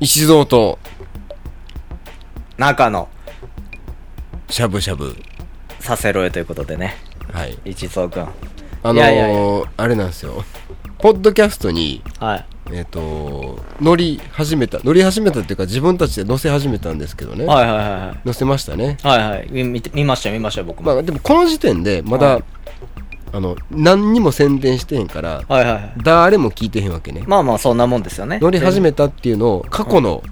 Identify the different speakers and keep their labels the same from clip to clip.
Speaker 1: 石蔵と
Speaker 2: 中の
Speaker 1: しゃぶしゃぶ。
Speaker 2: させろえということでね
Speaker 1: はい。
Speaker 2: 一蔵くん
Speaker 1: あのー
Speaker 2: いやいやい
Speaker 1: あれなんですよ。ポッドキャストに、
Speaker 2: はい
Speaker 1: えっ、と、乗り始めた、乗り始めたっていうか自分たちで乗せ始めたんですけどね。
Speaker 2: はいはいはいはい
Speaker 1: 乗せましたね。
Speaker 2: はいはいみ見て見ましたよ見ましたよ僕も、
Speaker 1: まあでもこの時点でまだ、
Speaker 2: はい
Speaker 1: あの、何にも宣伝してへんから、
Speaker 2: はいはいはい
Speaker 1: 誰も聞いてへんわけね。
Speaker 2: まあまあそんなもんですよね
Speaker 1: 乗り始
Speaker 2: め
Speaker 1: めたっていうのを過去の、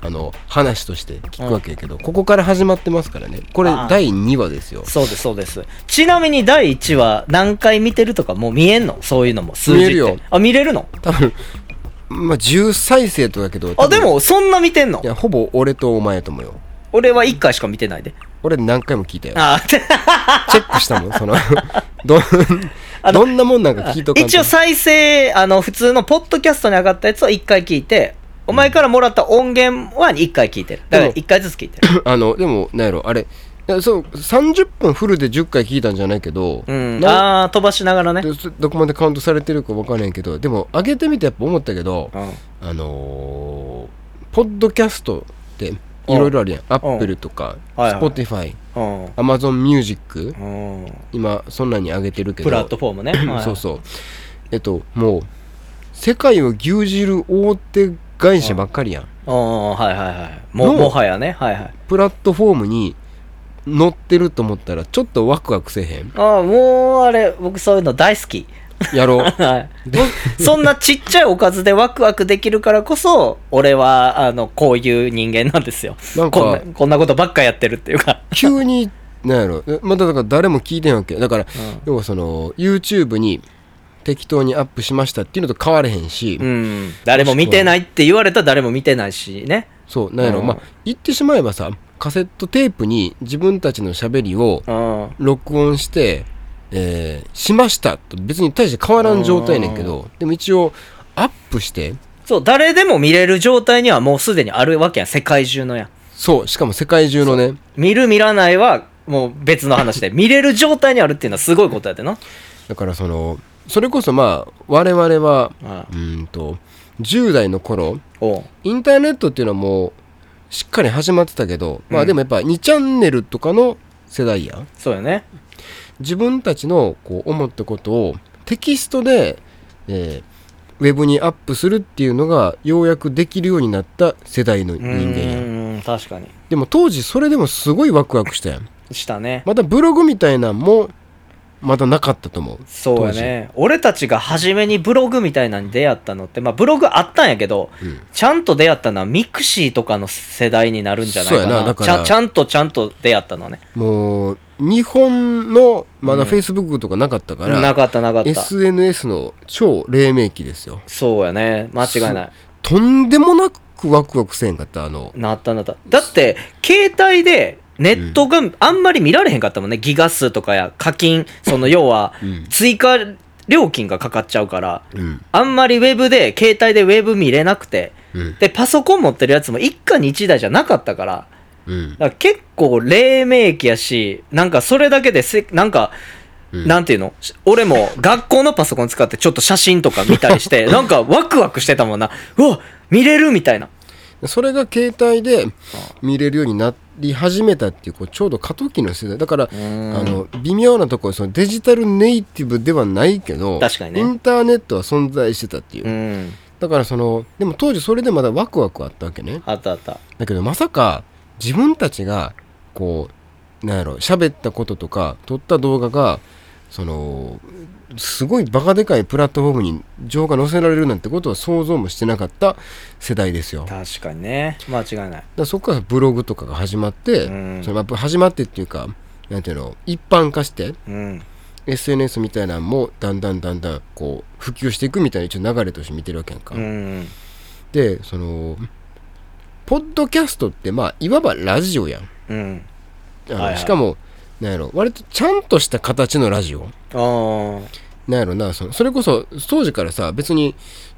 Speaker 1: あの話として聞くわけやけど、ここから始まってますからねこれ
Speaker 2: あー
Speaker 1: 第2話ですよ
Speaker 2: そうですそうですちなみに第1話何回見てるとかもう見えんのそういうのも数字っ
Speaker 1: 見
Speaker 2: て
Speaker 1: えるよ
Speaker 2: あ見れるの
Speaker 1: 多分まあ10再生とだけど多
Speaker 2: あ
Speaker 1: 分
Speaker 2: でもそんな見てんの
Speaker 1: いやほぼ俺とお前ともよ
Speaker 2: 俺は1回しか見てないで
Speaker 1: 俺何回も聞いたよ
Speaker 2: あ
Speaker 1: チェックしたもんその どんどんなもんなんか聞いとかんと
Speaker 2: 一応再生あの普通のポッドキャストに上がったやつを1回聞いてお前からもらった音源は1回聞いてるだから1回ずつ聞いてる
Speaker 1: あのでもなんやろあれいやそう30分フルで10回聞いたんじゃないけど、
Speaker 2: うん
Speaker 1: な
Speaker 2: ああー飛ばしながらね
Speaker 1: でどこまでカウントされてるか分からへんけどでも上げてみてやっぱ思ったけど、
Speaker 2: うん
Speaker 1: あのーポッドキャストっていろいろあるやん。アップルとか、
Speaker 2: はいはい
Speaker 1: Spotify、
Speaker 2: うん
Speaker 1: Amazon Music、
Speaker 2: うん
Speaker 1: 今そんなに上げてるけど。
Speaker 2: プラットフォームねはい
Speaker 1: そうそう。えっと、もう、世界を牛耳る大手会社ばっかりやん。
Speaker 2: うんはいはいはいも
Speaker 1: の
Speaker 2: もはやねはいはい。
Speaker 1: プラットフォームに乗ってると思ったら、ちょっとワクワクせへん
Speaker 2: ああもうあれ僕そういうの大好き
Speaker 1: やろう。
Speaker 2: はいもうそんなちっちゃいおかずでワクワクできるからこそ俺はあのこういう人間なんですよ
Speaker 1: なん
Speaker 2: こんな
Speaker 1: か、
Speaker 2: こんなことばっかやってるっていうか、
Speaker 1: 急に、なんやろ。まだだから誰も聞いてんわけ。だから、要はその、YouTube に適当にアップしましたっていうのと変われへんし、
Speaker 2: うん、誰も見てないって言われたら誰も見てないしね、
Speaker 1: そうなんやろ、
Speaker 2: うん
Speaker 1: まあ言ってしまえばさカセットテープに自分たちの喋りを
Speaker 2: うん、
Speaker 1: 録音して、えーしましたと別に大して変わらん状態やねんけどでも一応アップして
Speaker 2: そう誰でも見れる状態にはもうすでにあるわけやん世界中のやん
Speaker 1: そうしかも世界中のね
Speaker 2: 見る見らないはもう別の 話で見れる状態にあるっていうのはすごいことやでな、
Speaker 1: だからそのそれこそまあ我々は
Speaker 2: うん
Speaker 1: う、ーんと10代の頃
Speaker 2: おう
Speaker 1: インターネットっていうのはもうしっかり始まってたけど、ま
Speaker 2: う
Speaker 1: あ
Speaker 2: ん
Speaker 1: でもやっぱ2チャンネルとかの世代やん
Speaker 2: そうよね
Speaker 1: 自分たちのこう思ったことをテキストで、えーウェブにアップするっていうのがようやくできるようになった世代の
Speaker 2: う
Speaker 1: 人間やん
Speaker 2: ーん確かに
Speaker 1: でも当時それでもすごいワクワクしたやん
Speaker 2: したね
Speaker 1: またブログみたいなんもまだなかったと思う
Speaker 2: そうやね俺たちが初めにブログみたいなのに出会ったのってまあブログあったんやけど、
Speaker 1: うん
Speaker 2: ちゃんと出会ったのはミクシーとかの世代になるんじゃないか
Speaker 1: そうや
Speaker 2: な
Speaker 1: なだか
Speaker 2: ち
Speaker 1: ら
Speaker 2: ゃんちゃんとちゃんと出会ったのはね
Speaker 1: もう日本のまだ
Speaker 2: うん
Speaker 1: フェイスブックとかなかったから、
Speaker 2: なかったなかった
Speaker 1: SNS の超黎明期ですよ
Speaker 2: そうやね間違いない
Speaker 1: とんでもなくワクワクせんかったあの
Speaker 2: なったなっただって携帯でネットがあんまり見られへんかったもんね、ギガ数とかや課金そ の要は
Speaker 1: うん
Speaker 2: 追加料金がかかっちゃうから
Speaker 1: うん
Speaker 2: あんまりウェブで携帯でウェブ見れなくて
Speaker 1: うん
Speaker 2: でパソコン持ってるやつも一家に一台じゃなかったから
Speaker 1: うん
Speaker 2: だから結構黎明期やしなんかそれだけでせなんか、
Speaker 1: うん
Speaker 2: なんていうのし俺も学校のパソコン使ってちょっと写真とか見た りしてなんかワクワクしてたもんなうわ見れるみたいな
Speaker 1: それが携帯で見れるようになり始めたっていうこうちょうど過渡期の世代だからあの微妙なところそのデジタルネイティブではないけど
Speaker 2: 確かにね
Speaker 1: インターネットは存在してたっていう、
Speaker 2: うん
Speaker 1: だからそのでも当時それでまだワクワクあったわけね
Speaker 2: あったあった
Speaker 1: だけどまさか自分たちがこうなんやろ喋ったこととか撮った動画がそのすごいバカでかいプラットフォームに情が載せられるなんてことは想像もしてなかった世代ですよ
Speaker 2: 確かにね間違いない
Speaker 1: だからそこからブログとかが始まって、
Speaker 2: うん
Speaker 1: そのやっぱ始まってっていうかなんていうの一般化して
Speaker 2: うん
Speaker 1: SNS みたいなのもだんだんだんだんこう普及していくみたいな一応流れとして見てるわけやんか、
Speaker 2: うん
Speaker 1: でそのポッドキャストってまあいわばラジオやん
Speaker 2: うん
Speaker 1: あの
Speaker 2: はいはい
Speaker 1: しかもなんやろ割とちゃんとした形のラジオ
Speaker 2: あー
Speaker 1: なんやろなそのそれこそ当時からさ別に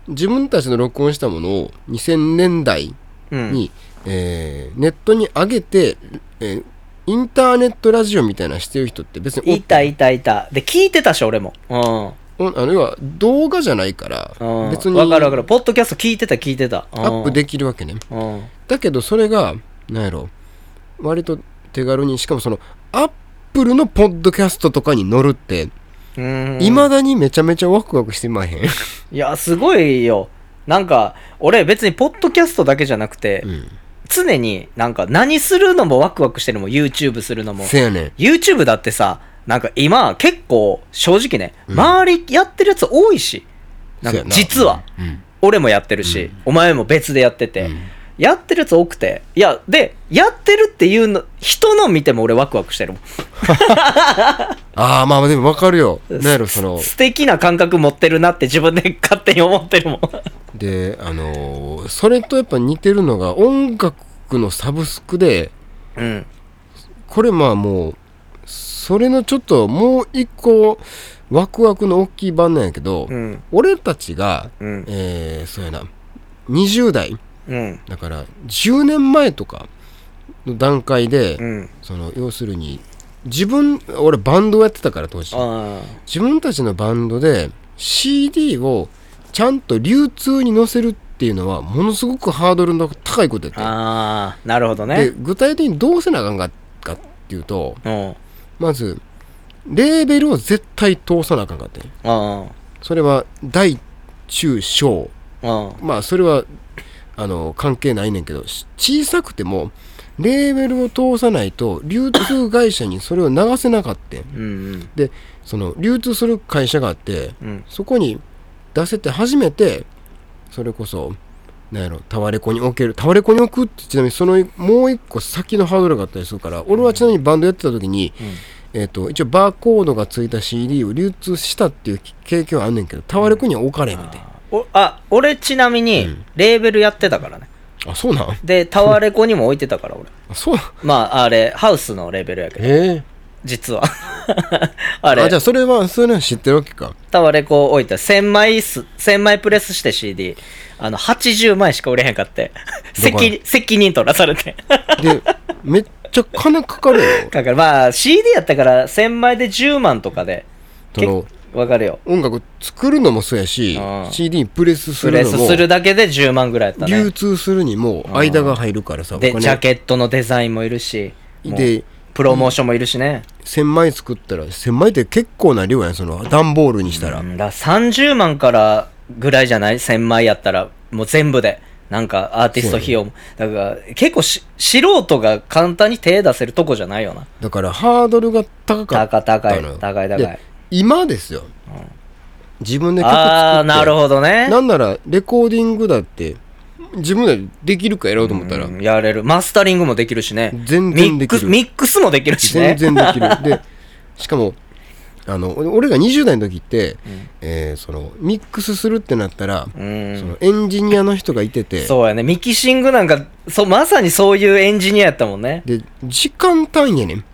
Speaker 1: 自分たちの録音したものを2000年代
Speaker 2: うん
Speaker 1: に、えーネットに上げて、えーインターネットラジオみたいなのしてる人って別にお
Speaker 2: いたいたいたで聞いてたし俺もうん
Speaker 1: おあの要は動画じゃないから
Speaker 2: うん
Speaker 1: 別にア
Speaker 2: わかるわかる。
Speaker 1: ッ
Speaker 2: ポッドキャスト聞いてた聞いてた。ア
Speaker 1: プできるわけね
Speaker 2: うん。
Speaker 1: だけどそれがなんやろ割と手軽にしかもそのアップルのポッドキャストとかに乗るって
Speaker 2: うん
Speaker 1: いまだにめちゃめちゃワクワクしてま へん、
Speaker 2: いや、すごいよ。なんか、俺別にポッドキャストだけじゃなくて、常になんか何するのもワクワクしてるもん、YouTube するの
Speaker 1: う
Speaker 2: も
Speaker 1: ん、。せやねん
Speaker 2: YouTube だってさ、なんか今結構正直ね、
Speaker 1: ん
Speaker 2: 周りやってるやつ多いし、なん
Speaker 1: せや
Speaker 2: か
Speaker 1: な
Speaker 2: 実は、
Speaker 1: うん
Speaker 2: 俺もやってるし、お前も別でやってて、
Speaker 1: うん
Speaker 2: やってるやつ多くて、いや、で、やってるっていうの、人の見ても俺ワクワクしてるもん。
Speaker 1: ああまあでもわかるよなんやろその
Speaker 2: 素敵な感覚持ってるなって自分で勝手に思ってるもん。
Speaker 1: であのーそれとやっぱ似てるのが音楽のサブスクで
Speaker 2: うん。
Speaker 1: これまあもうそれのちょっともう一個ワクワクの大きい版なんやけど、
Speaker 2: うん。
Speaker 1: 俺たちが、
Speaker 2: うん。
Speaker 1: えー、そうやな20代
Speaker 2: うん。
Speaker 1: だから10年前とかの段階で、
Speaker 2: うん。
Speaker 1: その要するに自分俺バンドをやってたから当時
Speaker 2: あ
Speaker 1: 自分たちのバンドで CD をちゃんと流通に載せるっていうのはものすごくハードルの高いことやって
Speaker 2: あー、なるほど
Speaker 1: で
Speaker 2: ね。
Speaker 1: 具体的にどうせなあかんかかっていうと
Speaker 2: うん。
Speaker 1: まずレーベルを絶対通さなあかんかって
Speaker 2: うん。
Speaker 1: それは大中小
Speaker 2: うん。
Speaker 1: まあそれはあの関係ないねんけどし小さくてもレーベルを通さないと流通会社にそれを流せなかった
Speaker 2: うん。
Speaker 1: その流通する会社があって
Speaker 2: うん。
Speaker 1: そこに出せて初めてそれこそなんやろタワレコに置けるタワレコに置くってちなみにそのもう一個先のハードルがあったりするから俺はちなみにバンドやってた時に、えっと一応バーコードがついた CD を流通したっていう経験はあんねんけどタワレコには置かれへんみたい
Speaker 2: おあ、俺ちなみ
Speaker 1: う
Speaker 2: に
Speaker 1: ん、
Speaker 2: レーベルやってたからね。
Speaker 1: あそうなん
Speaker 2: で、タワレコにも置いてたから、俺。
Speaker 1: あそうなん
Speaker 2: まあ、あれ、ハウスのレーベルやけど、
Speaker 1: へえ
Speaker 2: 実は。 あれ
Speaker 1: あじゃあそれはそういうの知ってるわけか
Speaker 2: タワレコ置いた1000枚す、千枚プレスして CD、あの、80枚しか売れへんかって、
Speaker 1: どこ
Speaker 2: 責責任取らされ て。
Speaker 1: でめっちゃ金かかるよ
Speaker 2: だからまあ、CD やったから1000枚で10万とかで、
Speaker 1: その
Speaker 2: わかるよ。
Speaker 1: 音楽作るのもそうやし
Speaker 2: うん
Speaker 1: CD プレスす
Speaker 2: プ
Speaker 1: る
Speaker 2: レ
Speaker 1: の
Speaker 2: ス
Speaker 1: も
Speaker 2: するだけで10万ぐらいやったね
Speaker 1: 流。通するにも間が入るからさお
Speaker 2: で、ジ
Speaker 1: 金
Speaker 2: ャケットのデザインもいるし、もう
Speaker 1: で
Speaker 2: プロモーションもいるしね。
Speaker 1: 1000枚作ったら1000枚って結構な量やんその段ボールにしたら
Speaker 2: うんだから30万からぐらいじゃない ?1000 枚やったら、もう全部で。なんかアーティスト費用も。だから、結構し素人が簡単に手出せるとこじゃないよな。
Speaker 1: だからハードルが高かった
Speaker 2: 高い高い
Speaker 1: のよ
Speaker 2: 高い高
Speaker 1: で
Speaker 2: い。
Speaker 1: 今ですよ自分で曲作
Speaker 2: ああ、
Speaker 1: って
Speaker 2: なるほどね。
Speaker 1: なんならレコーディングだって自分でできるかやろうと思ったら
Speaker 2: うんやれる。マスタリングもできるしね。
Speaker 1: 全然できる
Speaker 2: ミックスミックスもできるしね。
Speaker 1: 全然できる。で、しかも、あの、俺俺が20代の時って、えーその、ミックスするってなったら、
Speaker 2: うん
Speaker 1: そのエンジニアの人がいてて、
Speaker 2: そうやね。ミキシングなんか、そう、まさにそういうエンジニアやったもんね。
Speaker 1: で、時間単位やねん。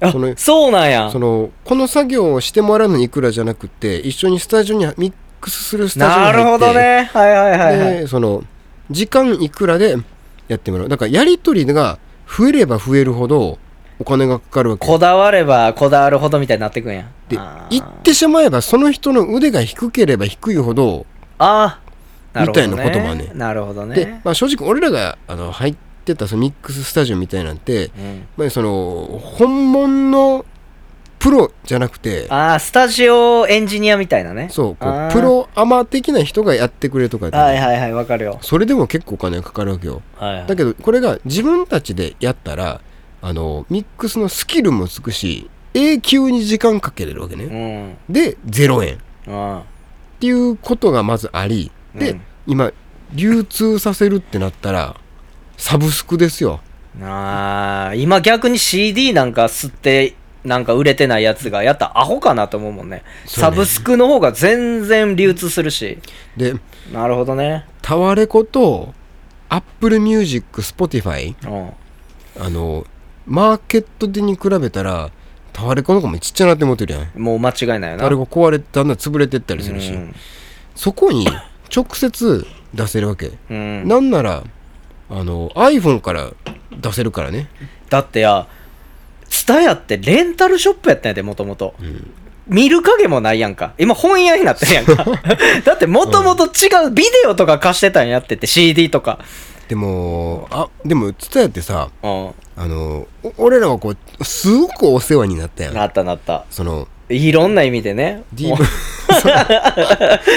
Speaker 2: あ
Speaker 1: その、
Speaker 2: そうなんや
Speaker 1: そ。の、この作業をしてもらうのにいくらじゃなくて、一緒にスタジオにミックスするスタジオに入
Speaker 2: な
Speaker 1: って
Speaker 2: るほどね。はいはいはいはい。
Speaker 1: で、その、時間いくらでやってもらう。だから、やりとりが増えれば増えるほど、お金がかかるわけ。
Speaker 2: こだわればこだわるほどみたいになってくんや。
Speaker 1: で
Speaker 2: あ、ー
Speaker 1: 言ってしまえば、その人の腕が低ければ低いほど、
Speaker 2: あー、なるほど
Speaker 1: みたいなこともね
Speaker 2: なるほど
Speaker 1: で
Speaker 2: ね、。
Speaker 1: まあ、正直俺らがあの入ってたそのミックススタジオみたいなんて、
Speaker 2: うん
Speaker 1: まあ、その本物のプロじゃなくて
Speaker 2: ああ、スタジオエンジニアみたいなね。
Speaker 1: そうこ
Speaker 2: あ
Speaker 1: う
Speaker 2: ー
Speaker 1: プロアマ的な人がやってくれとかって、
Speaker 2: はいはいはい、わかるよ。
Speaker 1: それでも結構お金がかかるわけよ
Speaker 2: はいはい
Speaker 1: だけどこれが自分たちでやったらあのミックスのスキルもつくし永久に時間かけれるわけ
Speaker 2: う
Speaker 1: ね、
Speaker 2: ん。
Speaker 1: で0円っ
Speaker 2: うん。
Speaker 1: ていうことがまずありで、
Speaker 2: うん
Speaker 1: 今流通させるってなったらサブスクですよ
Speaker 2: ああ、今逆に CD なんか吸って、なんか売れてないやつがやったらアホかなと思うもんね。
Speaker 1: そうね
Speaker 2: サブスクの方が全然流通するし。
Speaker 1: で
Speaker 2: なるほどね。
Speaker 1: タワレコとアップルミュージック、スポティファイ、
Speaker 2: うん。
Speaker 1: あの、マーケットでに比べたら、タワレコの方もちっちゃなって思ってるやん。
Speaker 2: もう間違いないよ
Speaker 1: タ
Speaker 2: な。
Speaker 1: ワレコ壊れてだんだん潰れてったりするし、
Speaker 2: うん
Speaker 1: そこに直接出せるわけ。
Speaker 2: うん。
Speaker 1: なんなら、あの、iPhone から出せるからね。
Speaker 2: だってや、ツタヤってレンタルショップやったんやで、もともと。見る影もないやんか。今本屋になってるや んか。だってもともと違うビデオとか貸してたんやってって CD とか。
Speaker 1: でもあでも蔦屋ってさ
Speaker 2: うん。
Speaker 1: あのお俺らはこうすごくお世話になったやん
Speaker 2: なったなった。
Speaker 1: その
Speaker 2: いろんな意味でね。
Speaker 1: DV
Speaker 2: もう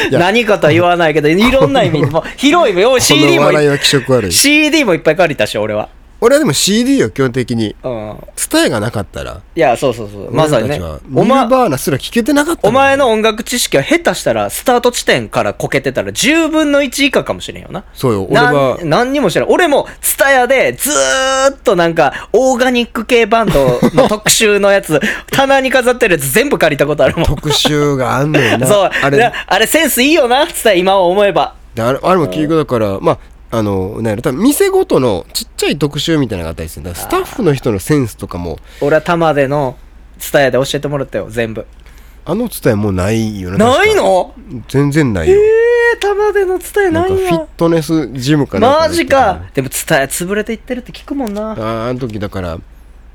Speaker 1: いや
Speaker 2: 何かとは言わな いけど、いろんな意味で、もう広い意味、お CD
Speaker 1: この
Speaker 2: もい
Speaker 1: 笑いは気色悪い
Speaker 2: CD もいっぱい借りたし、俺は。
Speaker 1: 俺はでも CD を基本的に
Speaker 2: うん。
Speaker 1: 蔦屋がなかったら
Speaker 2: いや、そうそうそう。まさにね
Speaker 1: 俺らたちは。
Speaker 2: お
Speaker 1: ニル
Speaker 2: 前、
Speaker 1: バーナすら聞けてなかった
Speaker 2: お
Speaker 1: もん
Speaker 2: 前の音楽知識は下手したら、スタート地点からこけてたら、10分の1以下かもしれんよな。
Speaker 1: そうよ俺
Speaker 2: な
Speaker 1: は
Speaker 2: ん何にも知らん。俺も、ツタヤで、ずーっとなんか、オーガニック系バンドの 特集のやつ、棚に飾ってるやつ全部借りたことあるもん。
Speaker 1: 特集があんのよな
Speaker 2: そう。
Speaker 1: あ
Speaker 2: あ
Speaker 1: れ
Speaker 2: れ、あれセンスいいよな、ツタヤ、今思えば。
Speaker 1: であれあれも結局だからまああのなんやろ多分店ごとのちっちゃい特集みたいなのがあったりするんだスタッフの人のセンスとかも
Speaker 2: 俺は玉での、ツタヤで教えてもらったよ、全部。
Speaker 1: あの伝えもうないよな確か
Speaker 2: ないの
Speaker 1: 全然ないよ、
Speaker 2: えー、玉でのツタヤ
Speaker 1: な
Speaker 2: なん
Speaker 1: か
Speaker 2: い
Speaker 1: フィッ
Speaker 2: や。
Speaker 1: トネスジムかなん
Speaker 2: マ
Speaker 1: かで行
Speaker 2: ジ
Speaker 1: ってた
Speaker 2: か。でも、ツタヤ潰れていってるって聞くもんな。
Speaker 1: あーあの時だから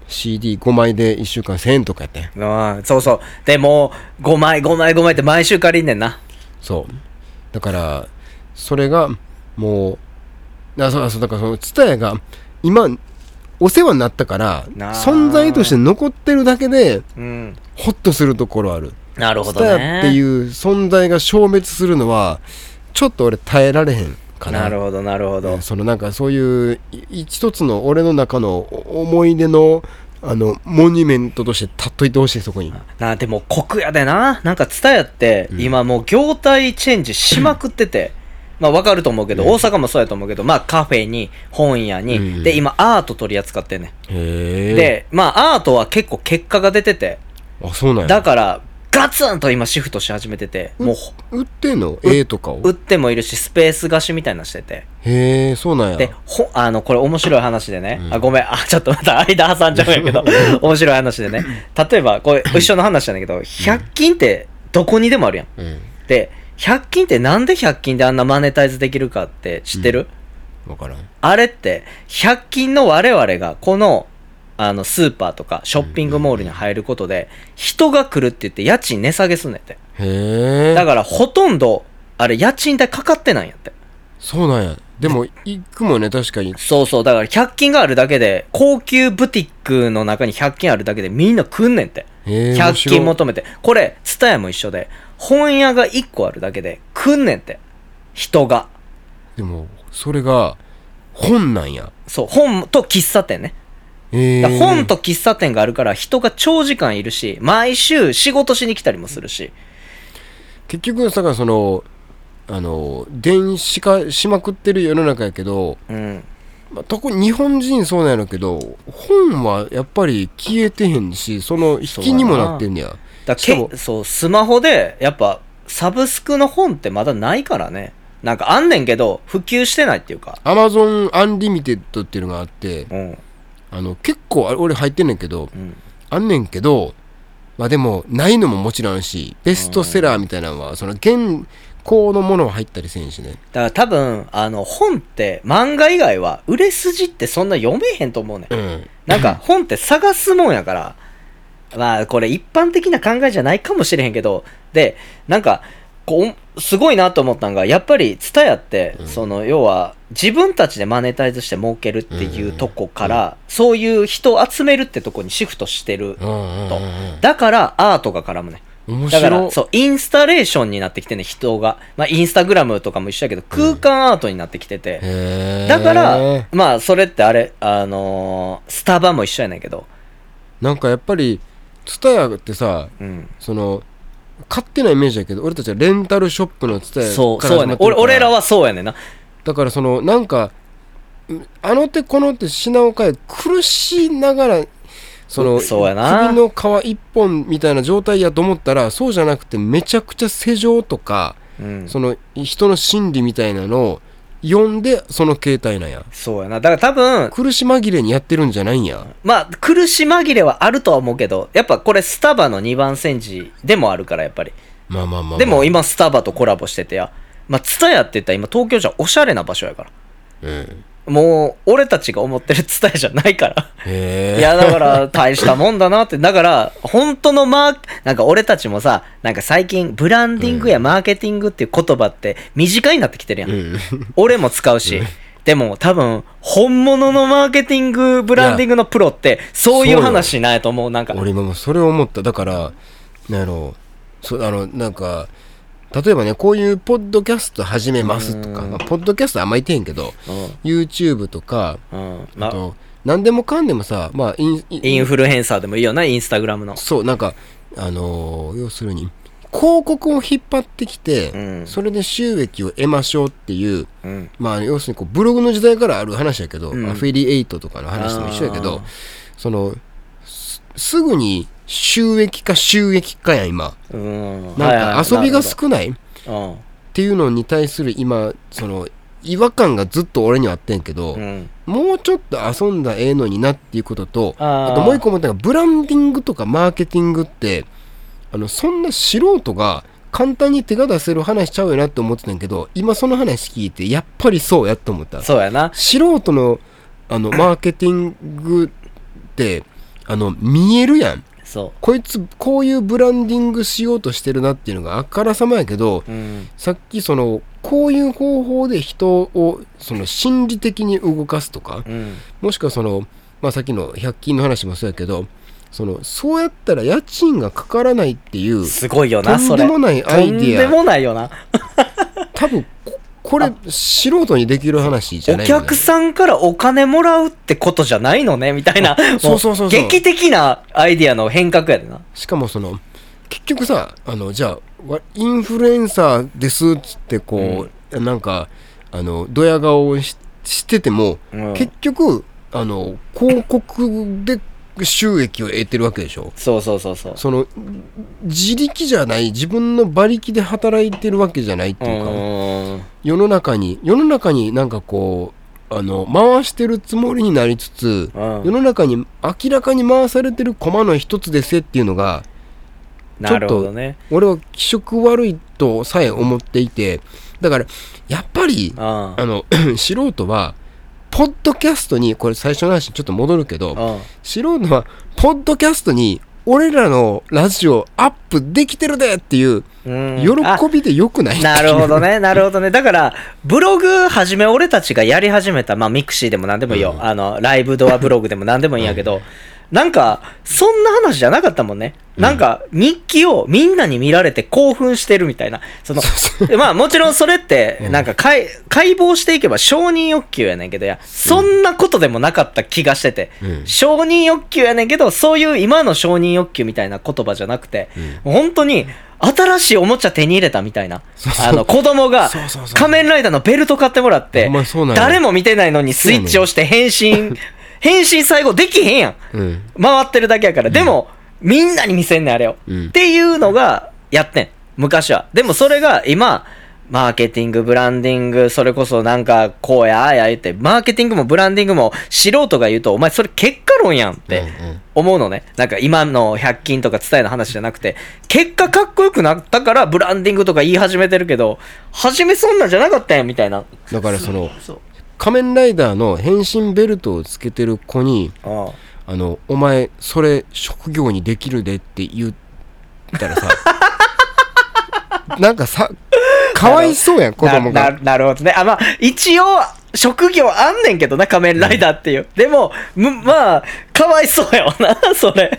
Speaker 1: CD5 枚で1週間1000円とかやったんや
Speaker 2: うん、そうそう。でも、5枚、5枚、5枚って毎週借りんねんな。
Speaker 1: そうだからそれがもうあそうあそうだからその蔦屋が今お世話になったから
Speaker 2: なあ
Speaker 1: 存在として残ってるだけで
Speaker 2: うん。
Speaker 1: ホッとするところある
Speaker 2: なるほど
Speaker 1: 蔦屋
Speaker 2: ね。
Speaker 1: っていう存在が消滅するのはちょっと俺耐えられへんかな
Speaker 2: なるほど、なるほど。
Speaker 1: そのなんかそういうい一つの俺の中のお思い出のあのモニュメントとして立っといてほしいそこに
Speaker 2: なでも、酷やでな。なんか、ツタヤって、
Speaker 1: うん
Speaker 2: 今もう業態チェンジしまくってて、まあ、わかると思うけど、
Speaker 1: うん
Speaker 2: 大阪もそうやと思うけど、まあ、カフェに、本屋に、
Speaker 1: うん
Speaker 2: で、今、アート取り扱ってんねん。
Speaker 1: へえ
Speaker 2: で、まあ、アートは結構結果が出てて、
Speaker 1: あそうなんや
Speaker 2: だから、ガツンと今シフトし始めてて、もう、
Speaker 1: 売ってんの絵とかを
Speaker 2: 打ってもいるし、スペース貸しみたいなのしてて。
Speaker 1: へえそうなん
Speaker 2: で
Speaker 1: や、
Speaker 2: ほ、あの、これ面白い話でね、
Speaker 1: うん
Speaker 2: あ、ごめん、あ、ちょっとまた間挟んじゃうんやけど、面白い話でね、例えば、これ 一緒の話なんだけど、100均ってどこにでもあるやん。
Speaker 1: うん
Speaker 2: で、100均ってなんで100均であんなマネタイズできるかって知ってる、
Speaker 1: 分からん
Speaker 2: あれって、100均の我々がこの、あの、スーパーとかショッピングモールに入ることで、人が来るって言って家賃値下げすんねんって。
Speaker 1: へえ
Speaker 2: だからほとんど、あれ家賃代かかってないんやって。
Speaker 1: そうなんやでも行くもんね確かに
Speaker 2: そうそう、だから100均があるだけで、高級ブティックの中に100均あるだけでみんな来んねんって。
Speaker 1: へえ
Speaker 2: 100均求めて。これ、ツタヤも一緒で、本屋が1個あるだけで来んねんって。人が。
Speaker 1: でもそれが本なんや
Speaker 2: そう、本と喫茶店ね。
Speaker 1: へ
Speaker 2: だ
Speaker 1: え
Speaker 2: から本と喫茶店があるから人が長時間いるし、毎週仕事しに来たりもするし。
Speaker 1: 結局だからそのあの電子化しまくってる世の中やけど、
Speaker 2: うん。
Speaker 1: まあ、特に日本人そうなんやろうけど本はやっぱり消えてへんしその引きにもなってんねや
Speaker 2: だ
Speaker 1: しか
Speaker 2: け
Speaker 1: も
Speaker 2: そう、スマホで、やっぱ、サブスクの本ってまだないからね。なんかあんねんけど、普及してないっていうか。
Speaker 1: アマゾンアンリミテッドっていうのがあって
Speaker 2: うん。
Speaker 1: あの結構あれ俺入ってんねんけど
Speaker 2: うん。
Speaker 1: あんねんけど、まあでも、ないのももちろんあるし、ベストセラーみたいなのは、その現行のものは入ったりせんしね。
Speaker 2: だから多分、あの、本って、漫画以外は、売れ筋ってそんな読めへんと思うねん
Speaker 1: う。ん。
Speaker 2: なんか、本って探すもんやから、まあ、これ一般的な考えじゃないかもしれへんけど、で、なんか、こう、すごいなと思ったのが、やっぱり、ツタヤって、
Speaker 1: うん
Speaker 2: その、要は、自分たちでマネタイズして儲けるっていうとこから、そういう人を集めるってとこにシフトしてる
Speaker 1: う。んうんうん
Speaker 2: だから、アートが絡むねん。
Speaker 1: うん。面
Speaker 2: だから、
Speaker 1: 白
Speaker 2: そう、インスタレーションになってきてね、人が。まあ、インスタグラムとかも一緒やけど、空間アートになってきてて。
Speaker 1: へー
Speaker 2: だから、まあ、それってあれ、あのースタバも一緒やねんけど。
Speaker 1: なんかやっぱり、ツタヤってさ、
Speaker 2: うん。
Speaker 1: その、勝手なイメージだけど、俺たちはレンタルショップのツタヤから
Speaker 2: そう、そうや
Speaker 1: 始ま
Speaker 2: ねん
Speaker 1: ってる
Speaker 2: 俺。
Speaker 1: から
Speaker 2: 俺らはそうやねんな。
Speaker 1: だからその、なんか、うんあの手この手品を変え、苦しながら、その、
Speaker 2: うそうやな
Speaker 1: 首の皮一本みたいな状態やと思ったら、そうじゃなくて、めちゃくちゃ施錠とか、
Speaker 2: うん。
Speaker 1: その人の心理みたいなのを読んでその形態なんや
Speaker 2: そうやな。だから多分、
Speaker 1: 苦し紛れにやってるんじゃないんや
Speaker 2: まあ、苦し紛れはあるとは思うけど、やっぱこれスタバの2番煎じでもあるから、やっぱり。
Speaker 1: まあまあまあ、まあ、
Speaker 2: でも今、スタバとコラボしててや。まあ、ツタヤって言ったら今、東京じゃおしゃれな場所やから。
Speaker 1: うん
Speaker 2: もう俺たちが思ってる伝えじゃないから
Speaker 1: へえ
Speaker 2: いやだから大したもんだなってだから本当のマーなんか俺たちもさなんか最近ブランディングやマーケティングっていう言葉って短いになってきてるやん、
Speaker 1: うん
Speaker 2: 俺も使うし、でも多分本物のマーケティングブランディングのプロってそういう話しないと思うなんか
Speaker 1: 俺今もうそれを思っただからなんやろうそうあのなんか例えばねこういうポッドキャスト始めますとか、
Speaker 2: うん
Speaker 1: まあポッドキャストあんまり言ってへんけど
Speaker 2: う
Speaker 1: YouTube とか
Speaker 2: ん、うんま
Speaker 1: あ
Speaker 2: あ、
Speaker 1: と何でもかんでもさまあインイン
Speaker 2: インフルエンサーでもいいよなインスタグラムの
Speaker 1: そうなんかあのー要するに広告を引っ張ってきて、
Speaker 2: うん
Speaker 1: それで収益を得ましょうっていう
Speaker 2: うん
Speaker 1: まあ要するにこうブログの時代からある話やけど、
Speaker 2: うん
Speaker 1: アフィリエイトとかの話も一緒やけ
Speaker 2: あー
Speaker 1: どそのすすぐに収益か収益かや今
Speaker 2: うん
Speaker 1: なんか遊びが
Speaker 2: く
Speaker 1: 少ないっ
Speaker 2: うん
Speaker 1: ていうのに対する今その違和感がずっと俺にはあってんけど、
Speaker 2: うん
Speaker 1: もうちょっと遊んだらええのになっていうことと
Speaker 2: あー
Speaker 1: あともう一個思ったのがブランディングとかマーケティングってあのそんな素人が簡単に手が出せる話ちゃうよなって思ってたんやけど今その話聞いてやっぱりそうやと思った
Speaker 2: そうやな
Speaker 1: 素人のあのマーケティングってあの見えるやん
Speaker 2: そ
Speaker 1: こいつこういうブランディングしようとしてるなっていうのがあからさまやけど
Speaker 2: ううん
Speaker 1: さっきそのこういう方法で人をその心理的に動かすとか
Speaker 2: うん
Speaker 1: もしくはその、まあ、さっきの100均の話もそうやけどそのそうやったら家賃がかからないっていう
Speaker 2: すごいよな
Speaker 1: と
Speaker 2: そ
Speaker 1: ん
Speaker 2: れ
Speaker 1: でもないア
Speaker 2: と
Speaker 1: イデ
Speaker 2: んで
Speaker 1: ィア
Speaker 2: もないよな
Speaker 1: 多分ここれ素人にできる話じゃ
Speaker 2: お
Speaker 1: ないよね
Speaker 2: 客さんからお金もらうってことじゃないのねみたいな
Speaker 1: そうそうそうそう
Speaker 2: も劇的なアイディアの変革やでな
Speaker 1: しかもその結局さあのじゃあわインフルエンサーですっつってこう、なんかあのドヤ顔をししてても、
Speaker 2: うん
Speaker 1: 結局あの広告で収益を得てるわけでしょ
Speaker 2: そうそうそうそう
Speaker 1: その自力じゃない自分の馬力で働いてるわけじゃないって
Speaker 2: う
Speaker 1: いうか、
Speaker 2: ーん
Speaker 1: 世の中に世の中になんかこうあの回してるつもりになりつつ、
Speaker 2: うん
Speaker 1: 世の中に明らかに回されてる駒の一つですっていうのが
Speaker 2: なるほどね
Speaker 1: 俺は気色悪いとさえ思っていてだからやっぱり
Speaker 2: うん
Speaker 1: あの 素人はポッドキャストにこれ最初の話にちょっと戻るけど
Speaker 2: うん
Speaker 1: 素人はポッドキャストに俺らのラジオアップできてるでっていう
Speaker 2: うん
Speaker 1: 喜びでよくないってい
Speaker 2: あ
Speaker 1: う
Speaker 2: なるほどね、なるほどね。だから、ブログはじめ俺たちがやり始めた、まあミクシーでも何でもいいよ。
Speaker 1: うん
Speaker 2: あの、ライブドアブログでも何でもいいんやけど、なんか、そんな話じゃなかったもんね。なんか、日記をみんなに見られて興奮してるみたいな。その、 まあもちろんそれって、なんか解解剖していけば承認欲求やねんけどや、そんなことでもなかった気がしてて、
Speaker 1: うん
Speaker 2: 承認欲求やねんけど、そういう今の承認欲求みたいな言葉じゃなくて、本当に新しいおもちゃ手に入れたみたいな。あの子供が
Speaker 1: そうそうそう
Speaker 2: 仮面ライダーのベルト買ってもらって
Speaker 1: ほんまにそうなんや
Speaker 2: 誰も見てないのにスイッチ押して変 身変身最後できへんやん
Speaker 1: うん
Speaker 2: 回ってるだけやからでもみんなに見せんねんあれを
Speaker 1: うん
Speaker 2: っていうのがやってん昔はでもそれが今マーケティングブランディングそれこそなんかこうやああや言ってマーケティングもブランディングも素人が言うとお前それ結果論やんって
Speaker 1: うんうん
Speaker 2: 思うのね。なんか今の100均とか伝えの話じゃなくて、結果かっこよくなったからブランディングとか言い始めてるけど、初めそんなんじゃなかったよみたいな。
Speaker 1: だからその
Speaker 2: そう。
Speaker 1: 仮面ライダーの変身ベルトをつけてる子に
Speaker 2: あ
Speaker 1: 「あのお前それ職業にできるで」って言った らさなんかさかわいそうやん子供
Speaker 2: な
Speaker 1: が
Speaker 2: な。なるほどね。あ、まあ、一応、職業あんねんけどな、仮面ライダーっていう。でも、むまあ、かわいそうやわな、 それ。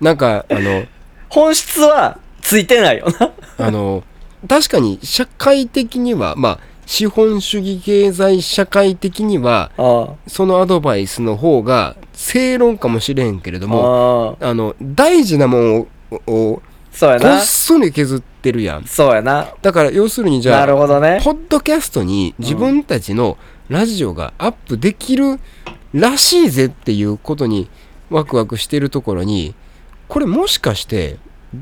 Speaker 1: なんかあの
Speaker 2: 本質はついてないよな。
Speaker 1: あの確かに社会的にはまあ資本主義経済社会的には
Speaker 2: あ
Speaker 1: そのアドバイスの方が正論かもしれへんけれど
Speaker 2: あ。
Speaker 1: も
Speaker 2: もう、
Speaker 1: あの大事なもんをを
Speaker 2: そうや
Speaker 1: こっ
Speaker 2: な。
Speaker 1: そり削ってるやん
Speaker 2: そうやな。
Speaker 1: だから要するにじゃ
Speaker 2: な
Speaker 1: あ
Speaker 2: るほどね。
Speaker 1: ポッドキャストに自分たちのラジオがアップできるらしいぜっていうことにワクワクしてるところにこれもしかして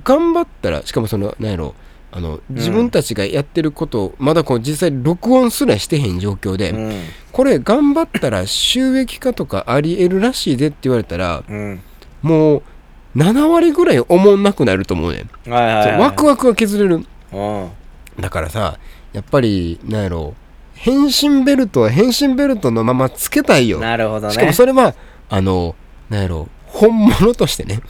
Speaker 1: 頑張ったらしかもその何やろあの
Speaker 2: ん
Speaker 1: 自分たちがやってることをまだこう実際録音すらしてへん状況で、
Speaker 2: うん。
Speaker 1: これ頑張ったら収益化とかありえるらしいでって言われたら
Speaker 2: うん。
Speaker 1: もう7割ぐらい思んなくなると思うねん、
Speaker 2: はいはい、はい。
Speaker 1: ワクワクが削れる
Speaker 2: うん。
Speaker 1: だからさやっぱりなんやろう変身ベルトは変身ベルトのままつけたいよ。
Speaker 2: なるほど
Speaker 1: しかも
Speaker 2: ね。
Speaker 1: それは、あの、なんやろう、本物としてね。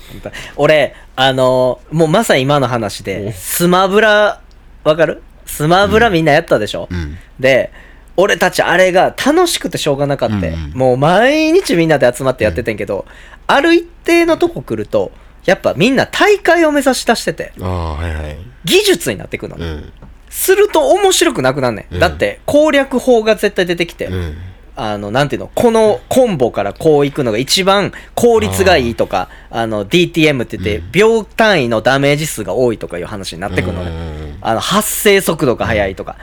Speaker 2: 俺、あのーもうまさに今の話
Speaker 1: お
Speaker 2: で、スマブラ、わかるスマブラみんなやったでしょ、
Speaker 1: うん。
Speaker 2: で、俺たちあれが楽しくてしょうがなかった。
Speaker 1: うんうん
Speaker 2: もう毎日みんなで集まってやっててんけど、ある一定のとこ来ると、やっぱみんな大会を目指し出してて、
Speaker 1: ああ、はいはい。
Speaker 2: 技術になってくのね、
Speaker 1: うん。
Speaker 2: すると面白くなくなんねん。
Speaker 1: うん
Speaker 2: だって攻略法が絶対出てきて、
Speaker 1: うん。
Speaker 2: あの、なんていうの、このコンボからこういくのが一番効率がいいとか、あの、DTM って言っ
Speaker 1: う
Speaker 2: て
Speaker 1: ん、
Speaker 2: 秒単位のダメージ数が多いとかいう話になってくるのね。
Speaker 1: ね。
Speaker 2: あの、発生速度が速いとか、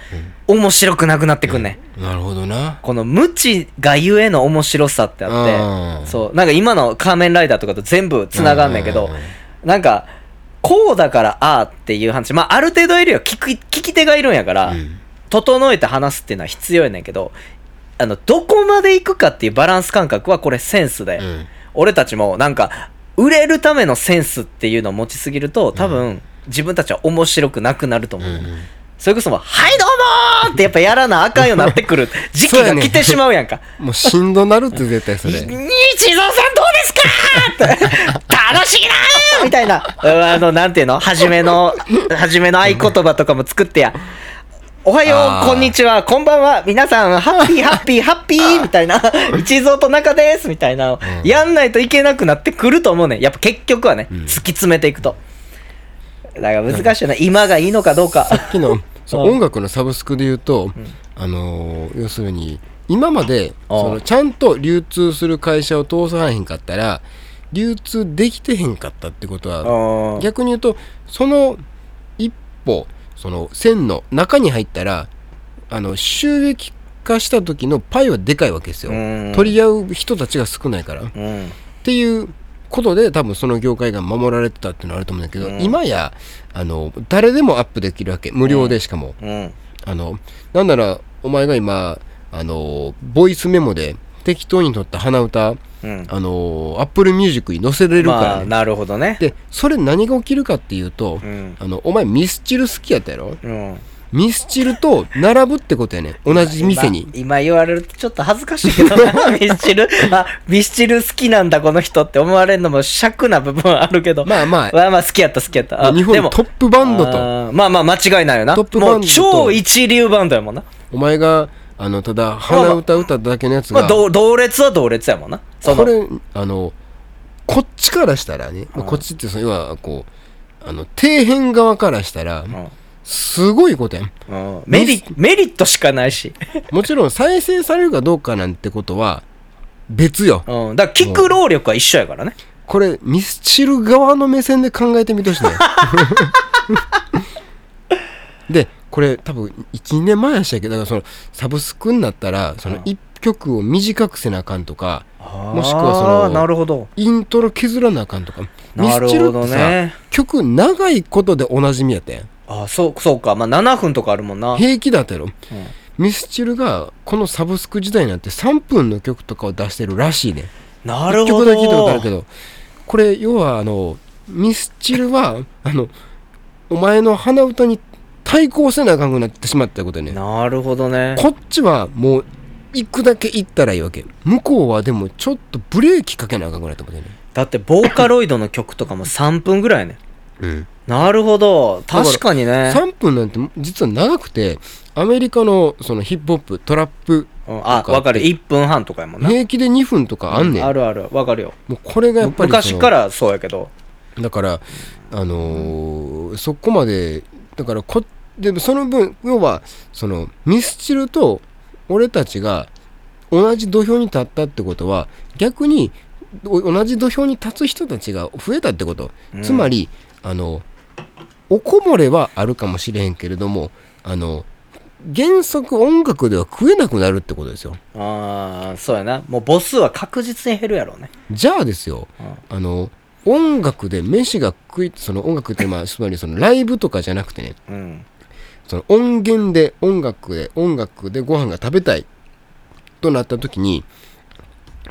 Speaker 2: 面白くなくなってくんねん。
Speaker 1: なるほどな。
Speaker 2: この無知がゆえの面白さってあっ
Speaker 1: うん
Speaker 2: て、そう、なんか今の仮面ライダーとかと全部繋がんねんけど
Speaker 1: う、
Speaker 2: なんか、こうだからああっていう話、まあ、ある程度いるよ。聞く、聞き手がいるんやから、
Speaker 1: うん
Speaker 2: 整えて話すっていうのは必要やねんけど、あの、どこまで行くかっていうバランス感覚はこれセンスで、
Speaker 1: うん。
Speaker 2: 俺たちもなんか、売れるためのセンスっていうのを持ちすぎると、多分、自分たちは面白くなくなると思
Speaker 1: う
Speaker 2: う。
Speaker 1: ん。
Speaker 2: それこそもう、はいどうもーってやっぱやらなあかんようになってくる時期が来てしまうやんか。
Speaker 1: もうしんどなるって絶対そ
Speaker 2: に
Speaker 1: れ。
Speaker 2: 日蔵さんどうですかって楽しいなーみたいな、うんあの、なんていうの初めの、初めの合言葉とかも作ってや。おはよ
Speaker 1: あ
Speaker 2: う、
Speaker 1: ー
Speaker 2: こんにちは、こんばんは、皆さん、ハッピー、ハッピー、ハッピー、みたいな、一蔵と中です、みたいな、
Speaker 1: うん
Speaker 2: やんないといけなくなってくると思うねん。やっぱ結局はね、
Speaker 1: うん
Speaker 2: 突き詰めていくと。だから難しいよね。今がいいのかどうか。
Speaker 1: さっきのそう
Speaker 2: うん
Speaker 1: 音楽のサブスクで言うと、あのー要するに今まで
Speaker 2: ああ
Speaker 1: そのちゃんと流通する会社を通さへんかったら流通できてへんかったってことは
Speaker 2: うん
Speaker 1: 逆に言うとその一歩その線の中に入ったらあの収益化した時のパイはでかいわけですよ
Speaker 2: うん
Speaker 1: 取り合う人たちが少ないから。
Speaker 2: うん。
Speaker 1: っていうことで多分その業界が守られてたっていうのはあると思うんだけど、
Speaker 2: うん
Speaker 1: 今やあの誰でもアップできるわけ無料でしかも、
Speaker 2: うん。
Speaker 1: あのなんならお前が今あのボイスメモで適当に撮った鼻歌
Speaker 2: うん。
Speaker 1: あのアップルミュージックに載せれるから
Speaker 2: ま
Speaker 1: ね、
Speaker 2: あ、なるほどね。
Speaker 1: でそれ何が起きるかっていうと、
Speaker 2: うん。
Speaker 1: あのお前ミスチル好きやったやろ
Speaker 2: うん。
Speaker 1: ミスチルと並ぶってことやね同じ店に
Speaker 2: 今今言われるとちょっと恥ずかしいけど なミスチルあミスチル好きなんだこの人って思われるのも尺な部分はあるけどま
Speaker 1: まあま
Speaker 2: あまあ好きやった好きやった
Speaker 1: あ
Speaker 2: あ
Speaker 1: 日本
Speaker 2: で
Speaker 1: の
Speaker 2: も
Speaker 1: トップバンドと
Speaker 2: あーまあまあ間違いないよな
Speaker 1: トップバンドと
Speaker 2: もう超一流バンドやもんな
Speaker 1: お前があのただ鼻歌歌っただけのやつ
Speaker 2: ま
Speaker 1: が、
Speaker 2: あ同同列は同列やもんなそ
Speaker 1: こ
Speaker 2: の
Speaker 1: れあのこっちからしたらね、まあ
Speaker 2: うん
Speaker 1: こっちってその要はこうあの底辺側からしたら
Speaker 2: うん
Speaker 1: すごいことやん
Speaker 2: うんメリメリットしかないし、
Speaker 1: もちろん再生されるかどうかなんてことは別よ
Speaker 2: うん、だから聞く労力は一緒やからね
Speaker 1: これミスチル側の目線で考えてみてほし いねでこれ多分1年前でしたっけどだからそのサブスクになったらその
Speaker 2: うん
Speaker 1: 1曲を短くせなあかんとか
Speaker 2: も
Speaker 1: しくはその
Speaker 2: なるほど
Speaker 1: イントロ削らなあかんとかミ
Speaker 2: な
Speaker 1: ス
Speaker 2: る
Speaker 1: チルっ
Speaker 2: ほど
Speaker 1: てさ、
Speaker 2: ね
Speaker 1: 曲長いことでおなじみやったやん
Speaker 2: あそうそうかまあ7分とかあるもんな、
Speaker 1: 平気だったやろ
Speaker 2: うん
Speaker 1: ミスチルがこのサブスク時代になって3分の曲とかを出してるらしいね
Speaker 2: なる
Speaker 1: 1曲
Speaker 2: ほど
Speaker 1: だけ聞いたことあるけどこれ要はあのミスチルはあのお前の鼻歌に対抗せなあかんくなってしまったことやね
Speaker 2: なるほどね。
Speaker 1: こっちはもう行くだけ行ったらいいわけ向こうはでもちょっとブレーキかけなあかんくなったことやね
Speaker 2: だって、ボーカロイドの曲とかも3分ぐらいね。
Speaker 1: うん
Speaker 2: なるほど。確かにね。
Speaker 1: 3分なんて実は長くてアメリカのそのヒップホップトラップ
Speaker 2: うんあ、わかる。1分半とかやもんな。
Speaker 1: 平気で2分とかあんねん、
Speaker 2: あるある。わかるよ。
Speaker 1: もうこれがやっぱりそ
Speaker 2: 昔
Speaker 1: の
Speaker 2: からそうやけど。
Speaker 1: だからあのーそこまでだからこでもその分要はそのミスチルと俺たちが同じ土俵に立ったってことは逆にお同じ土俵に立つ人たちが増えたってこと、
Speaker 2: うん
Speaker 1: つまりあのおこぼれはあるかもしれへんけれどもあの原則音楽では食えなくなるってことですよ
Speaker 2: ああ、そうやな。もう母数は確実に減るやろうね。
Speaker 1: じゃあですよ
Speaker 2: うん
Speaker 1: あの音楽で飯が食いその音楽ってまあつまりそのライブとかじゃなくてね
Speaker 2: うん。
Speaker 1: その音源で音楽で音楽でご飯が食べたいとなった時に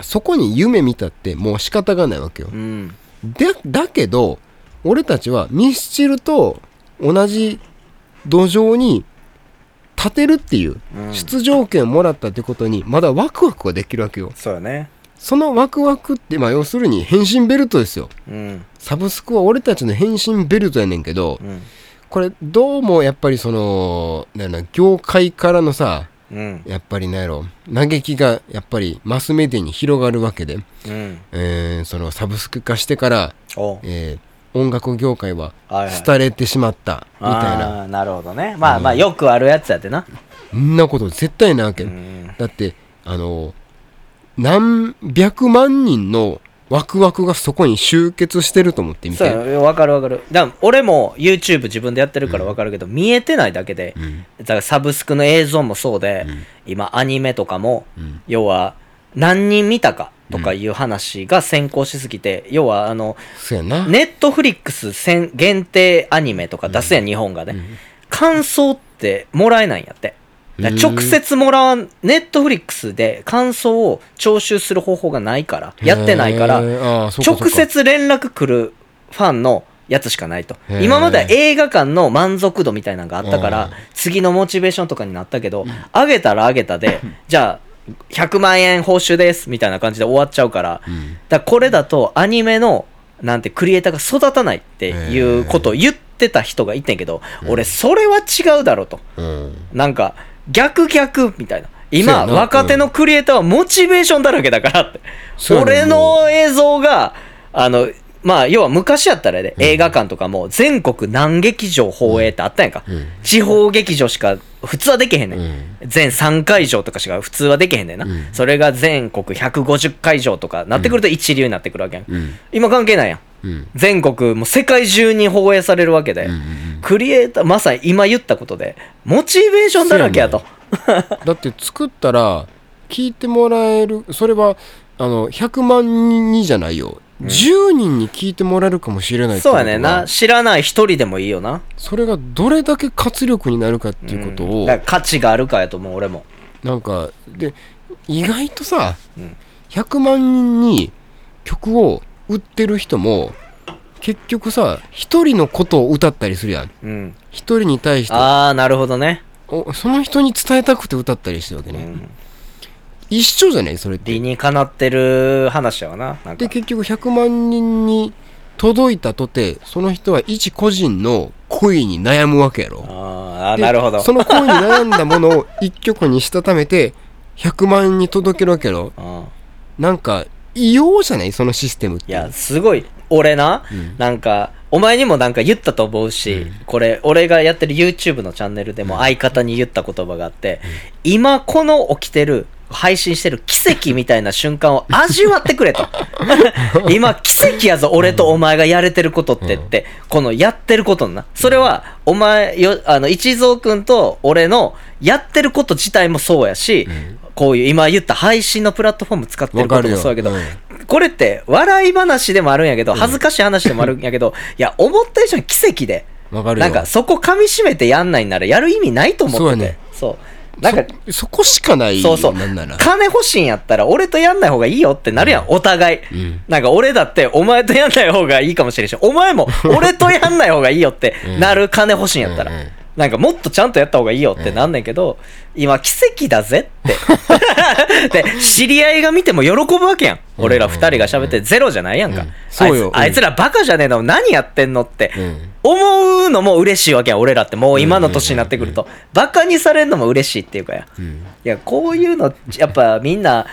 Speaker 1: そこに夢見たってもう仕方がないわけよ
Speaker 2: うん。
Speaker 1: でだけど俺たちはミスチルと同じ土壌に立てるっていう、
Speaker 2: うん
Speaker 1: 出場権をもらったってことに、まだワクワクができるわけよ。
Speaker 2: そうよね。
Speaker 1: そのワクワクって、まあ、要するに変身ベルトですよ。
Speaker 2: うん。
Speaker 1: サブスクは俺たちの変身ベルトやねんけど
Speaker 2: う、ん。
Speaker 1: これ、どうもやっぱりその、なんやろな業界からのさ、
Speaker 2: うん。
Speaker 1: やっぱりなんやろ、嘆きがやっぱりマスメディアに広がるわけで、
Speaker 2: うん。
Speaker 1: えーそのサブスク化してから、
Speaker 2: おう
Speaker 1: えー音楽業界は
Speaker 2: はいはい
Speaker 1: 廃れてしまったみたいな、
Speaker 2: あーなるほどね。まあまあ、よくあるやつやってな。
Speaker 1: んなこと絶対なわけ。
Speaker 2: うん。
Speaker 1: だって、あの、何百万人のワクワクがそこに集結してると思ってみ
Speaker 2: そう
Speaker 1: て。
Speaker 2: よわかるわかる。だから俺も YouTube 自分でやってるからわかるけど、見えてないだけで、
Speaker 1: うん
Speaker 2: だからサブスクの映像もそうで、今アニメとかも、
Speaker 1: うん
Speaker 2: 要は何人見たかとかいう話が先行しすぎて、要はあの、
Speaker 1: そうやな。
Speaker 2: ネットフリックス限定アニメとか出すやん、日本がね、感想ってもらえないんやって。だから直接もらわん、ネットフリックスで感想を徴収する方法がないから、やってないから
Speaker 1: へ、ーあーそうかそうか
Speaker 2: 直接連絡来るファンのやつしかないと
Speaker 1: へー
Speaker 2: 今までは映画館の満足度みたいなのがあったか
Speaker 1: う
Speaker 2: ら
Speaker 1: ん
Speaker 2: 次のモチベーションとかになったけど上げたら上げたでじゃあ100万円報酬ですみたいな感じで終わっちゃうから
Speaker 1: うん
Speaker 2: だからこれだとアニメのなんてクリエイターが育たないっていうことを言ってた人がいてんけど俺それは違うだろうと
Speaker 1: うん
Speaker 2: なんか逆逆みたいな
Speaker 1: そう
Speaker 2: 今
Speaker 1: やな
Speaker 2: 若手のクリエイターはモチベーションだらけだからって
Speaker 1: そうやね
Speaker 2: 俺の映像があのまあ要は昔やったらね映画館とかも全国何劇場放映ってあったやんか、
Speaker 1: うん
Speaker 2: 地方劇場しか普通はできへんねん、
Speaker 1: うん
Speaker 2: 全3会場とかしか普通はできへんねんな、
Speaker 1: うん
Speaker 2: それが全国150会場とかなってくると一流になってくるわけやん、
Speaker 1: うん
Speaker 2: 今関係ないやん
Speaker 1: うん
Speaker 2: 全国もう世界中に放映されるわけで、
Speaker 1: うん
Speaker 2: クリエイターまさに今言ったことでモチベーションだらけやと
Speaker 1: そだって作ったら聞いてもらえるそれはあの100万人にじゃないよ、10人に聞いてもらえるかもしれないって
Speaker 2: そ
Speaker 1: こ
Speaker 2: う
Speaker 1: とが
Speaker 2: やねんな知らない一人でもいいよな
Speaker 1: それがどれだけ活力になるかっていうこと
Speaker 2: う
Speaker 1: を、
Speaker 2: んだから価値があるかやと思う俺も
Speaker 1: なんかで意外とさ、
Speaker 2: うん
Speaker 1: 100万人に曲を売ってる人も結局さ一人のことを歌ったりするやん
Speaker 2: うん
Speaker 1: 一人に対して
Speaker 2: ああなるほどね、
Speaker 1: おその人に伝えたくて歌ったりしてるわけ
Speaker 2: う
Speaker 1: ね、
Speaker 2: ん、
Speaker 1: 一緒じゃないそれって
Speaker 2: 理にかなってる話やわななんか
Speaker 1: で結局100万人に届いたとてその人は一個人の恋に悩むわけやろ
Speaker 2: あーあー
Speaker 1: で
Speaker 2: なるほど
Speaker 1: その恋に悩んだものを一曲にしたためて100万人に届けるわけやろ
Speaker 2: うん
Speaker 1: なんか異様じゃないそのシステムって
Speaker 2: いやすごい俺な、
Speaker 1: うん
Speaker 2: なんかお前にもなんか言ったと思うし、これ俺がやってる YouTube のチャンネルでも相方に言った言葉があって、今この起きてる配信してる奇跡みたいな瞬間を味わってく れと 今奇跡やぞ俺とお前がやれてることってって、このやってることのなそれはお前よあの一蔵君と俺のやってること自体もそうやし、こういう今言った配信のプラットフォーム使ってることもそうやけど、
Speaker 1: わかるよ
Speaker 2: これって笑い話でもあるんやけど恥ずかしい話でもあるんや けど、いや思った以上に奇跡で
Speaker 1: わかるよ
Speaker 2: なんかそこ噛み締めてやんないならやる意味ないと思ってて
Speaker 1: そうやね
Speaker 2: そうなんか
Speaker 1: そそこしかない
Speaker 2: そうそう
Speaker 1: なんなら
Speaker 2: 金欲しいんやったら俺とやんない方がいいよってなるやん、お互い、
Speaker 1: ん
Speaker 2: なんか俺だってお前とやんない方がいいかもしれんし お前も俺とやんない方がいいよってなる金欲しいんやったら、
Speaker 1: うんうん
Speaker 2: なんかもっとちゃんとやった方がいいよってなんねんけど、今奇跡だぜって で知り合いが見ても喜ぶわけやん俺ら二人が喋ってゼロじゃないやんか、
Speaker 1: うんそうよ
Speaker 2: あいつあいつらバカじゃねえの何やってんのって、思うのも嬉しいわけやん俺らってもう今の年になってくると、バカにされるのも嬉しいっていうかや、
Speaker 1: うん
Speaker 2: いやこういうのやっぱみんな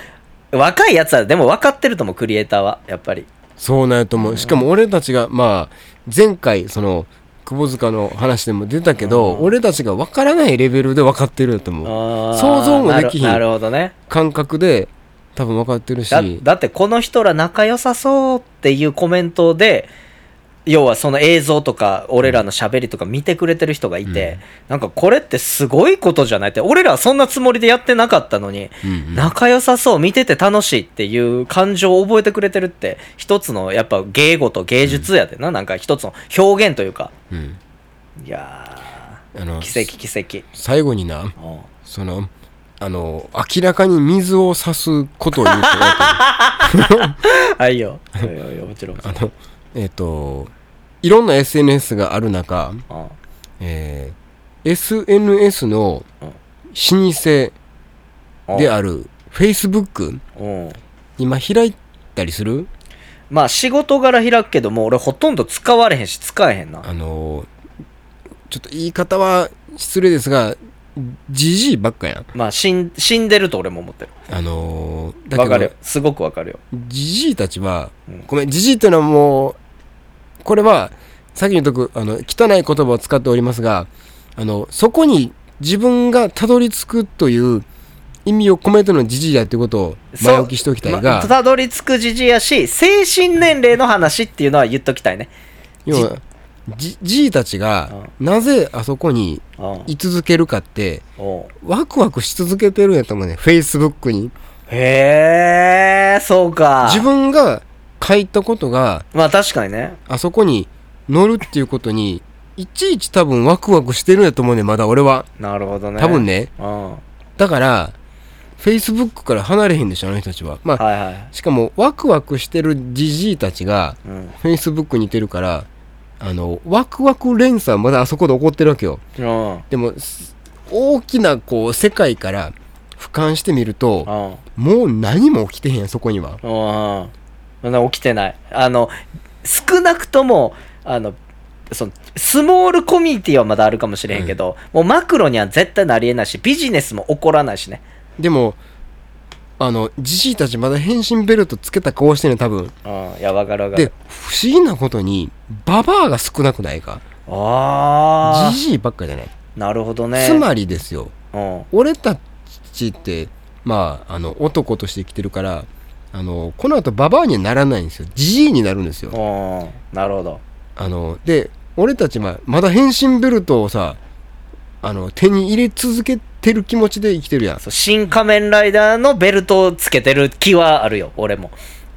Speaker 2: 若いやつはでも分かってると思うクリエイターはやっぱり
Speaker 1: そうなると思うしかも俺たちがまあ前回その窪塚の話でも出たけど、俺たちが分からないレベルで分かってると思う想
Speaker 2: 想
Speaker 1: 像もできひん
Speaker 2: なるなるほどね
Speaker 1: 感覚で多分分かってるし
Speaker 2: だだってこの人ら仲良さそうっていうコメントで要はその映像とか俺らの喋りとか見てくれてる人がいて、なんかこれってすごいことじゃないって俺らはそんなつもりでやってなかったのに、
Speaker 1: うんうん
Speaker 2: 仲良さそう見てて楽しいっていう感情を覚えてくれてるって一つのやっぱ芸事芸術やでな、なんか一つの表現というか
Speaker 1: うん
Speaker 2: いや
Speaker 1: あの
Speaker 2: ー奇跡奇跡
Speaker 1: 最後にな
Speaker 2: おう
Speaker 1: そのあの明らかに水を差すことを言う とあ
Speaker 2: はいよいやいやいやもちろんあ
Speaker 1: のえっ、といろんな SNS がある中、
Speaker 2: あ
Speaker 1: えー SNS の
Speaker 2: うん
Speaker 1: 老舗である Facebook
Speaker 2: うん。
Speaker 1: 今開いたりする
Speaker 2: まあ仕事柄開くけども、俺ほとんど使われへんし、使えへんな。
Speaker 1: あのーちょっと言い方は失礼ですがじじいばっかやん
Speaker 2: まあ死ん死んでると俺も思ってる。
Speaker 1: あのー
Speaker 2: わかる
Speaker 1: だ
Speaker 2: よ
Speaker 1: け。
Speaker 2: すごくわかるよ。
Speaker 1: どじじいたちは
Speaker 2: うん
Speaker 1: ごめんじじいってのはもうこれは先に言っとくあの汚い言葉を使っておりますがあのそこに自分がたどり着くという意味を込めてのじじいだっていうことを前置きしておきたい
Speaker 2: ま
Speaker 1: が、
Speaker 2: たどり着くじじやし、精神年齢の話っていうのは言っときたいね。
Speaker 1: 要はじじいたちがなぜあそこに
Speaker 2: うん。
Speaker 1: 居続けるかって
Speaker 2: おう
Speaker 1: ワクワクし続けてるんやと思うねフェイスブックに
Speaker 2: へえ、そうか。
Speaker 1: 自分が書いたことが
Speaker 2: まあ確かにね。
Speaker 1: あそこに乗るっていうことにいちいち多分ワクワクしてるんやと思うねまだ俺は
Speaker 2: なるほどね。
Speaker 1: 多分。ね
Speaker 2: うん。は
Speaker 1: だからフェイスブックから離れへんでしょあの人たちはま
Speaker 2: い
Speaker 1: あ
Speaker 2: はい。
Speaker 1: しかもワクワクしてるじじいたちが
Speaker 2: うん。
Speaker 1: フェイスブックにいてるからあのワクワク連鎖はまだあそこで起こってるわけよ
Speaker 2: うん。うん。
Speaker 1: でもす大きなこう世界から俯瞰してみるともう何も起きてへんやんそこには
Speaker 2: うん。そんな起きてない。あの、少なくとも、あの、そのスモールコミュニティはまだあるかもしれへんけど、もうマクロには絶対なりえないし、ビジネスも起こらないしね。
Speaker 1: でもあのじじいたちまだ変身ベルトつけた顔してんねん多分
Speaker 2: うん。いや、わかるわか
Speaker 1: で
Speaker 2: る。
Speaker 1: 不思議なことにババアが少なくないか
Speaker 2: あ
Speaker 1: じじいばっかじゃない、
Speaker 2: あ。なるほどね。
Speaker 1: つまりですよ
Speaker 2: うん。
Speaker 1: 俺たちってまああの男として生きてるからあのこの後ババアにはならないんですよじじいになるんですよ
Speaker 2: うん。なるほど。
Speaker 1: あので俺たちはまだ変身ベルトをさあの手に入れ続けてる気持ちで生きてるやん
Speaker 2: そう新仮面ライダーのベルトをつけてる気はあるよ、俺も。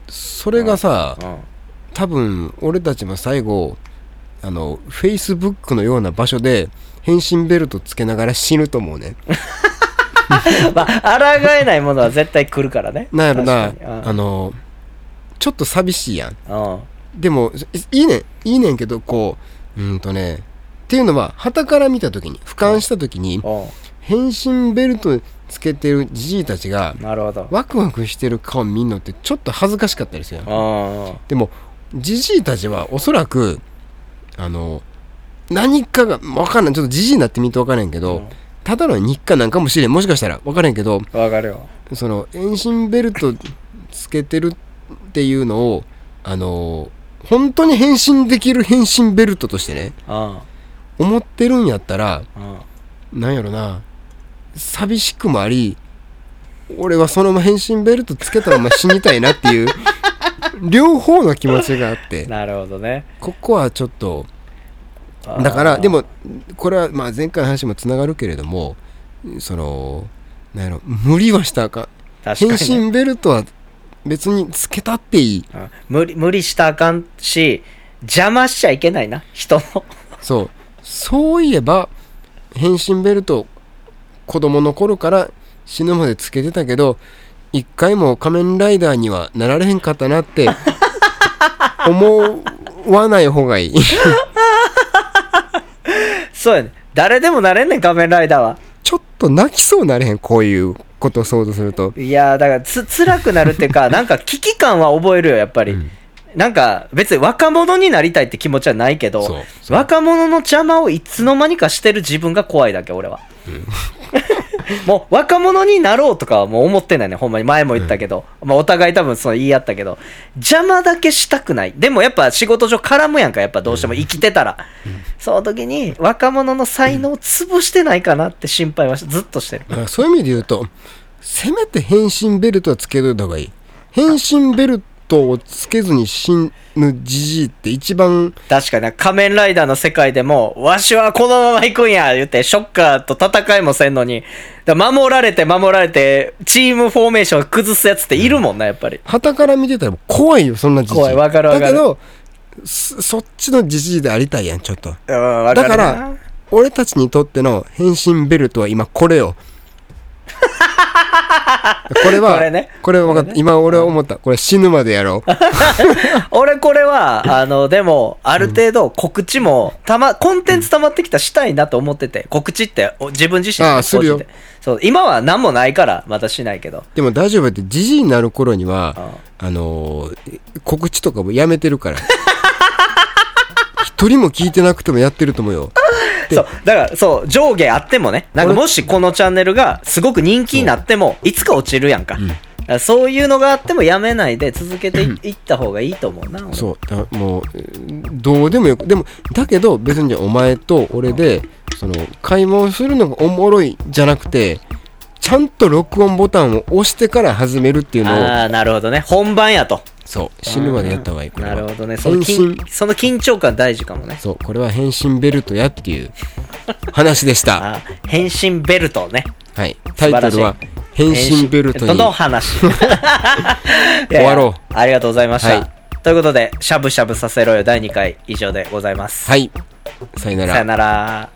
Speaker 1: それがさ
Speaker 2: うん。
Speaker 1: 多分俺たちも最後あのフェイスブックのような場所で変身ベルトつけながら死ぬと思うね
Speaker 2: まあ、抗えないものは絶対来るからね。
Speaker 1: なんやろな
Speaker 2: 確かに
Speaker 1: あのちょっと寂しいやん
Speaker 2: うん。うん
Speaker 1: でもいいいねんいいねんけどこううーんとねっていうのは旗から見た時に俯瞰した時に
Speaker 2: う
Speaker 1: 変身ベルトつけてるじじいたちが
Speaker 2: ん。なるほど。
Speaker 1: ワクワクしてる顔見んのってちょっと恥ずかしかったりするやん
Speaker 2: うん。
Speaker 1: でもじじいたちはおそらくあの何かが分かんないちょっとじじいになってみて分からへんけど、
Speaker 2: うん
Speaker 1: ただの日課なんかもしれんもしかしたら分からへんけど
Speaker 2: わかるよ。
Speaker 1: その遠心ベルトつけてるっていうのをあの本当に変身できる変身ベルトとしてね
Speaker 2: うん。うん。
Speaker 1: 思ってるんやったらなんやろな寂しくもあり俺はその変身ベルトつけたまま死にたいなって いう両方の気持ちがあって
Speaker 2: なるほどね。
Speaker 1: ここはちょっと
Speaker 2: あー
Speaker 1: だからで、もこれはまあ前回の話にもつながるけれどもそのなんやろ無理はしたらあかん
Speaker 2: 確
Speaker 1: 変
Speaker 2: かにね
Speaker 1: 身ベルトは別につけたっていい
Speaker 2: うん無理、無理したらあかんし、邪魔しちゃいけない な、人の。
Speaker 1: そうそういえば変身ベルト子供の頃から死ぬまでつけてたけど一回も仮面ライダーにはなられへんかったなって 思わない方がいい
Speaker 2: そうやね。誰でもなれんねん、仮面ライダーは。
Speaker 1: ちょっと泣きそうなれへんこういうことを想像すると
Speaker 2: いやーだからつ辛くなるっていう かなんか危機感は覚えるよやっぱり、なんか別に若者になりたいって気持ちはないけど
Speaker 1: そうそう
Speaker 2: 若者の邪魔をいつの間にかしてる自分が怖いだけ俺は、もう若者になろうとかはもう思ってないねほんまに前も言ったけど、まあ、お互い多分そう言い合ったけど邪魔だけしたくないでもやっぱ仕事上絡むやんかやっぱどうしても生きてたら、その時に若者の才能を潰してないかなって心配はしずっとしてる
Speaker 1: だからそういう意味で言うとせめて変身ベルトはつけといた方がいい変身ベルトをつけずに死ぬじじいって一番
Speaker 2: 確かにな、仮面ライダーの世界でも、わしはこのまま行くんや、言って、ショッカーと戦いもせんのに、だ守られて守られて、チームフォーメーション崩すやつっているもんな、やっぱり。
Speaker 1: 旗から見てたら怖いよそんなじじ
Speaker 2: 怖いわかるわかる
Speaker 1: だけどそそっちのじじいでありたいやんちょっと
Speaker 2: うん、わ
Speaker 1: だ
Speaker 2: る
Speaker 1: か
Speaker 2: な
Speaker 1: ら俺たちにとっての変身ベルトは今これよこれは、
Speaker 2: これね
Speaker 1: これは分かった。今俺は思った。これ死ぬまでやろう。
Speaker 2: 俺これは、あの、でも、ある程度告知も、たま、コンテンツ溜まってきたしたいなと思ってて、告知ってお自分自身で
Speaker 1: ああするよ
Speaker 2: 個人でそう、今は何もないから、またしないけど。
Speaker 1: でも大丈夫だって、じじいになる頃には
Speaker 2: あ、
Speaker 1: あのー告知とかもやめてるから。 一人も聞いてなくてもやってると思うよ。
Speaker 2: そう、だから、そう、上下あってもね、なんかもしこのチャンネルがすごく人気になっても、いつか落ちるやんか。だからそういうのがあってもやめないで続けていいった方がいいと思うな。俺
Speaker 1: そうだもうえーどうでもよくでもだけど別にお前と俺でその買い物するのがおもろいじゃなくてちゃんと録音ボタンを押してから始めるっていうのを
Speaker 2: ああ、なるほどね。本番やと。
Speaker 1: そう死ぬまでやった方がいいこれは
Speaker 2: なるほどね。その
Speaker 1: 返信
Speaker 2: 緊その緊張感大事かもね。
Speaker 1: そうこれは返信ベルトやっていう話でし た
Speaker 2: あー変身ベルトね。
Speaker 1: はいタイトルは「返信ベルトに
Speaker 2: どの話 いやいや
Speaker 1: 終わろ
Speaker 2: ありがとうございました。
Speaker 1: はい
Speaker 2: ということで、しゃぶしゃぶさせろよ第2回以上でございます。
Speaker 1: はいさよな
Speaker 2: さよなら。